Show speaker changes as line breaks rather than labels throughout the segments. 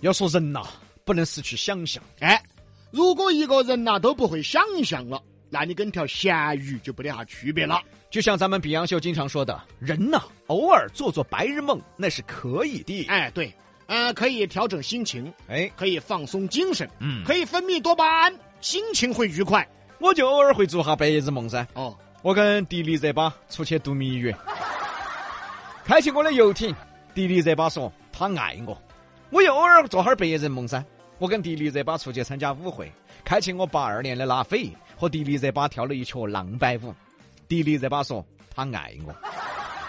要说人呐、不能失去想象。
哎，如果一个人呐、都不会想象了，那你跟条咸鱼就没得啥区别了。
就像咱们比洋秀经常说的，人呐、偶尔做做白日梦那是可以的。
哎，对，呃，可以调整心情，
哎，
可以放松精神，
嗯
可以分泌多巴胺，心情会愉快。
我就偶尔会做下白日梦噻。
哦，
我跟迪丽热巴出去度蜜月，开起我的游艇。迪丽热巴说她爱我，我又偶尔做哈儿白日梦噻。我跟迪丽热巴出去参加舞会，开启我八二年的拉菲，和迪丽热巴跳了一曲浪摆舞。迪丽热巴说她爱我，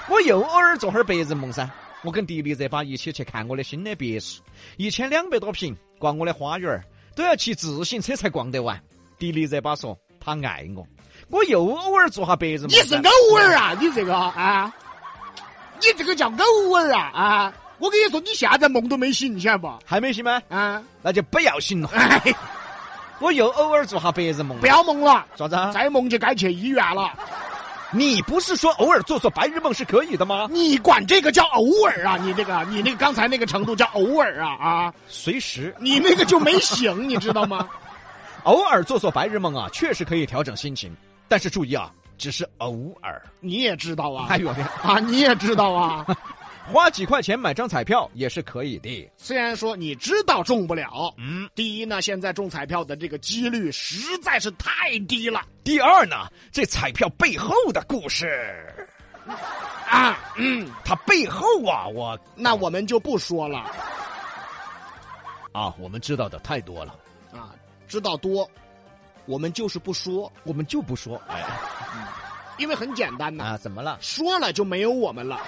我又偶尔做哈儿白日梦噻。我跟迪丽热巴一起去看我的新的别墅，一千两百多平，逛我的花园儿，都要骑自行车才逛得完。迪丽热巴说她爱我，我又偶尔做下白日梦
你
噻。
是偶尔啊，你这个啊，你这个叫偶尔啊啊！我跟你说，你现在梦都没醒，你晓得不？
还没醒吗？
啊，
那就不要醒了。
哎，
我又偶尔做下白日梦了。
不要梦了，
爪子啊，
再梦就该去医院了。
你不是说偶尔做做白日梦是可以的吗？
你管这个叫偶尔啊？你这个，你那个刚才那个程度叫偶尔啊啊！
随时
你那个就没醒，你知道吗？
偶尔做做白日梦啊，确实可以调整心情，但是注意啊，只是偶尔。
你也知道啊
哎，呦我天，
啊，你也知道啊。
花几块钱买张彩票也是可以的。
虽然说你知道中不了，
嗯，
第一呢，现在中彩票的这个几率实在是太低了
第二呢，这彩票背后的故事，
啊。嗯，
它背后啊，我
那我们就不说了
啊，我们知道的太多了，
啊，知道多，我们就是不说，
我们就不说。哎
因为很简单呐、
啊，怎么了？
说了就没有我们了。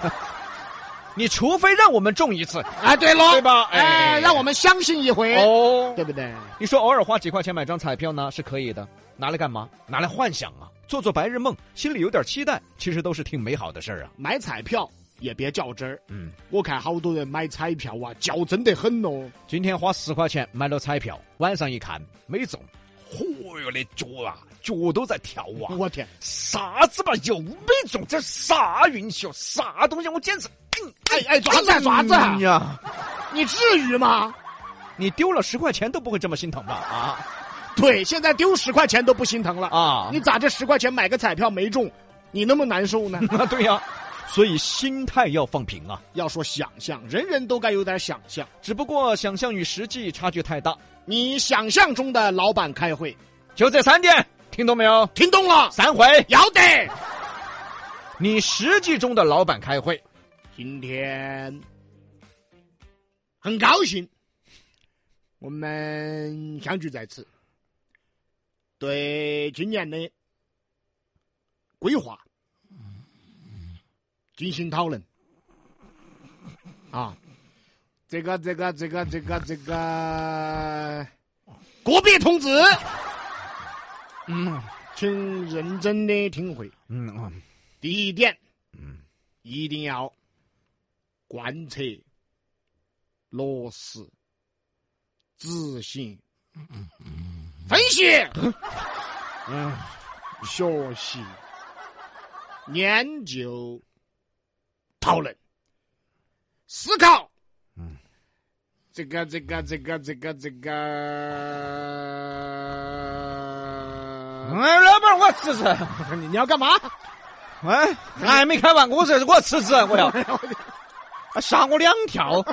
你除非让我们中一次
啊，对喽，
对吧
哎，
哎
让我们相信一回，
哦
对不对？
你说偶尔花几块钱买张彩票呢是可以的，拿来干嘛？拿来幻想啊，做做白日梦，心里有点期待，其实都是挺美好的事儿啊。
买彩票也别较真儿，
嗯，
我看好多人买彩票啊，较真得很哦。
今天花十块钱买了彩票，晚上一看没中，嚯哟，那脚啊，脚都在跳啊！
我天，
啥子嘛又没中，这啥运气哦？啥东西？我嗯简直
哎哎，爪子啊爪子啊，
呀！
你至于吗？
你丢了十块钱都不会这么心疼吧？啊
对，现在丢十块钱都不心疼了啊！
啊
你！咋这十块钱买个彩票没中，你那么难受呢？
啊，对呀、所以心态要放平啊。
要说想象，人人都该有点想象。
只不过想象与实际差距太大，
你想象中的老板开会，
就这三点，听懂没有？
听懂了？
散会。
要得。
你实际中的老板开会，
今天很高兴，我们相聚在此，对今年的规划进行讨论。啊，这个这个这个这个这个，个别同志，
嗯
请认真的听会。
嗯嗯
第一点，
嗯
一定要贯彻、落实、执行、嗯分 析、
嗯，
学习、研究、讨论、思考。嗯
嗯，
这个这个这个这个这个，
哎，老板，我辞 职。
你要干嘛？
哎，还没开完，我这我辞职， 我要吓我两跳。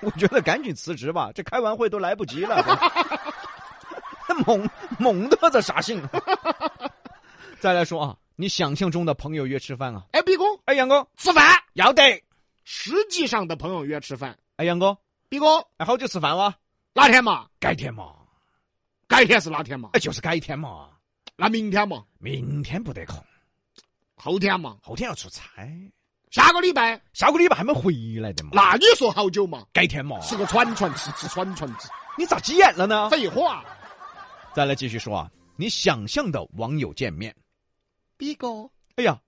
我觉得赶紧辞职吧，这开完会都来不及 了。梦梦都在吓醒。 再来说啊，你想象中的朋友约吃饭啊？
哎，毕哥，
哎，杨哥
吃饭。
要得。
实际上的朋友约吃饭，
哎，杨哥，
毕哥
哎，好久吃饭哇？
哪天嘛？
改天嘛，
改天是哪天嘛？
哎，就是改天嘛。
那明天嘛？
明天不得空，
后天嘛？
后天要出差，
下个礼拜？
下个礼拜还没回来的嘛，
那你说好久嘛？
改天嘛。
吃个串串，吃吃串串，吃
你咋急眼了呢？
废话。
再来继续说啊，你想象的网友见面，
毕哥
哎呀，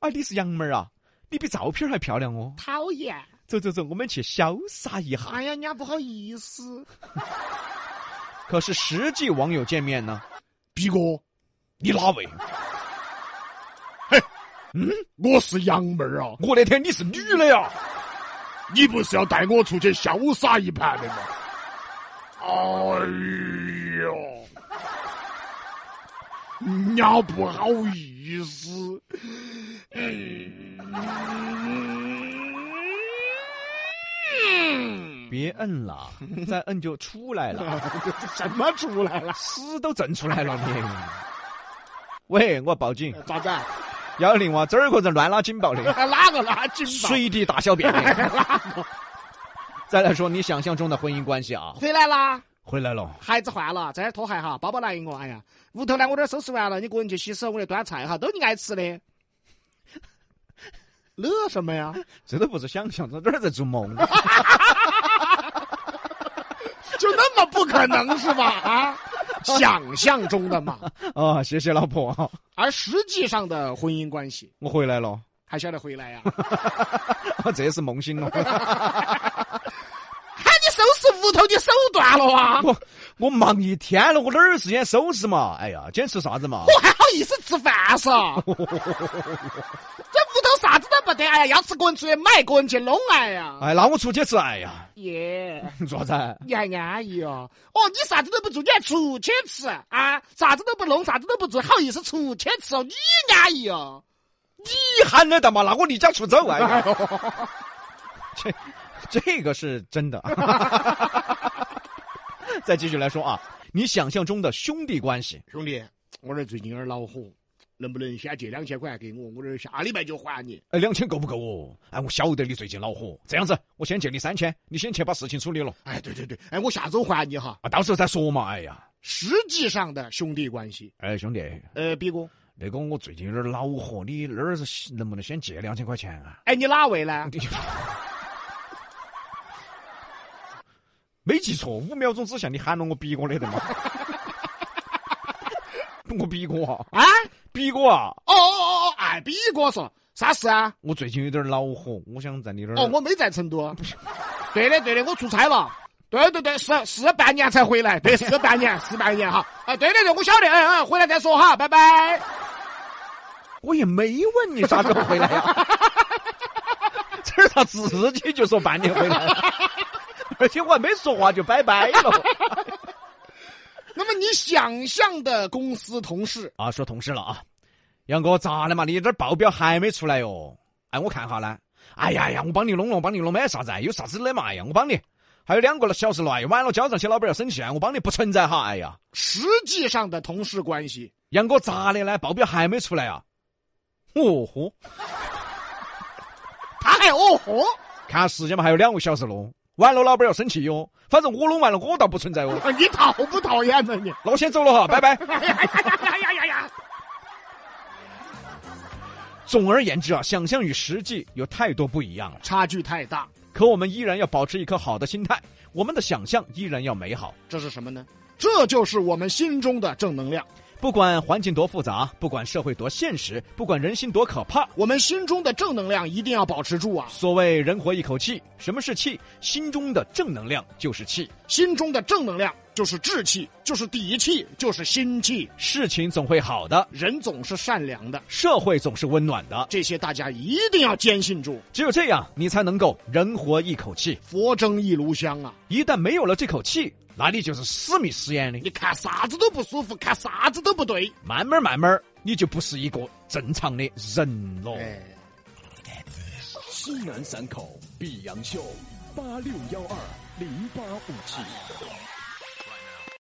啊你是杨妹儿啊，你比照片还漂亮哦，
讨厌，
走走走，我们去潇洒一下。
哎呀，人家不好意思。
可是实际网友见面呢，
毕哥，
你哪位？
我是杨妹儿啊，啊
我那天你是女的呀，
你不是要带我出去潇洒一盘的吗？哎呦，娘不好意思。哎 嗯，
别摁了，再摁就出来 了，
什么出来了？
屎都震出来了你。喂，我报警，
咋子？
幺零哇，这儿个人乱拉警报的，
哪个哎拉警报？
随地大小便的。再来说你想象中的婚姻关系啊，
回来啦？
回来了，
鞋子换了，这儿拖鞋哈，包包拿一个。哎呀，屋头呢，我这儿收拾完了，你个人去洗手，我这端菜哈，都是你爱吃的。乐什么呀？
这都不是想象，这哪儿在做 梦？
就那么不可能是吧？啊，想象中的嘛，
啊，谢谢老婆，
而实际上的婚姻关系
我回来了，
还晓得回来呀、
啊， 这是梦醒了。
喊你收拾屋头，你手断了啊！
我我忙一天了，我哪儿有时间收拾嘛？哎呀，今天吃啥子 嘛？
我还好意思吃饭嗦？这屋头啥子都没得，哎呀，要吃个人出去买，个人去弄，哎呀，
哎，那我出去吃。哎呀，
耶，
咋子？
你还安逸哦？哦，你啥子都不做，你还出去吃啊？啥子都不弄，啥子都不做，好意思出去吃哦？你安逸哦？
你喊得到嘛？那我离家出走。哎呀， 这这个是真 的。再继续来说啊，你想象中的兄弟关系，
兄弟，我这最近有点恼火，能不能先借两千块给我？我这下礼拜就还你。
哎，两千够不够哦？哎，我晓得你最近恼火，这样子，我先借你三千，你先去把事情处理了
哎，对对对，哎，我下周还你哈。
啊，到时候再说嘛。哎呀，
实际上的兄弟关系，
哎兄弟，
呃，毕哥，
那个我最近有点恼火，你那儿是能不能先借两千块钱啊？
哎，你哪位呢？
你没记错，五秒钟之前你喊了我逼哥的对吗？ 我逼哥啊，
啊？
逼哥啊！
哦哦哦，哎，毕哥说啥事啊？
我最近有点恼火，我想在你那儿。
哦，我没在成都。对的对的，我出差了。对对对，是是半年才回来，对，是半年， 是半年哈。啊，对对对，我晓得，嗯嗯，回来再说哈，拜拜。
我也没问你啥时候回来呀、 这是他自己就说半年回来了，而且我还没说话就拜拜了。
那么你想象的公司同事，
啊，说同事了啊，杨哥咋了嘛？你这儿报表还没出来哟、哎，我看下呢。哎呀呀，我帮你弄了，我帮你弄，没啥子，有啥子的嘛？哎呀，我帮你。还有两个小时了，哎晚了交上去，老板要生气，哎我帮你不存在哈。哎呀，
实际上的同事关系，
杨哥咋的呢？报表还没出来啊？哦豁，
他还哦豁。
看时间嘛，还有两个小时喽。晚了，老板要生气哟。反正我弄完了，我倒不存在哦。
啊你讨不讨厌呢你？
那我先走了哈，拜拜。
哎呀呀呀呀呀呀！
总而言之啊，想象与实际有太多不一样了。
差距太大，
可我们依然要保持一颗好的心态，我们的想象依然要美好。
这是什么呢？这就是我们心中的正能量。
不管环境多复杂，不管社会多现实，不管人心多可怕，
我们心中的正能量一定要保持住啊！
所谓人活一口气，什么是气？心中的正能量就是气。
心中的正能量就是志气，就是底气，就是心气。
事情总会好的，
人总是善良的，
社会总是温暖的，
这些大家一定要坚信住。
只有这样，你才能够人活一口气。
佛蒸一炉香啊！
一旦没有了这口气，那你就是死迷死眼的。
你看啥子都不舒服，看啥子都不对。
慢慢慢慢，你就不是一个正常的人了。
哎，
西南散口碧阳秀八六幺二零八五七。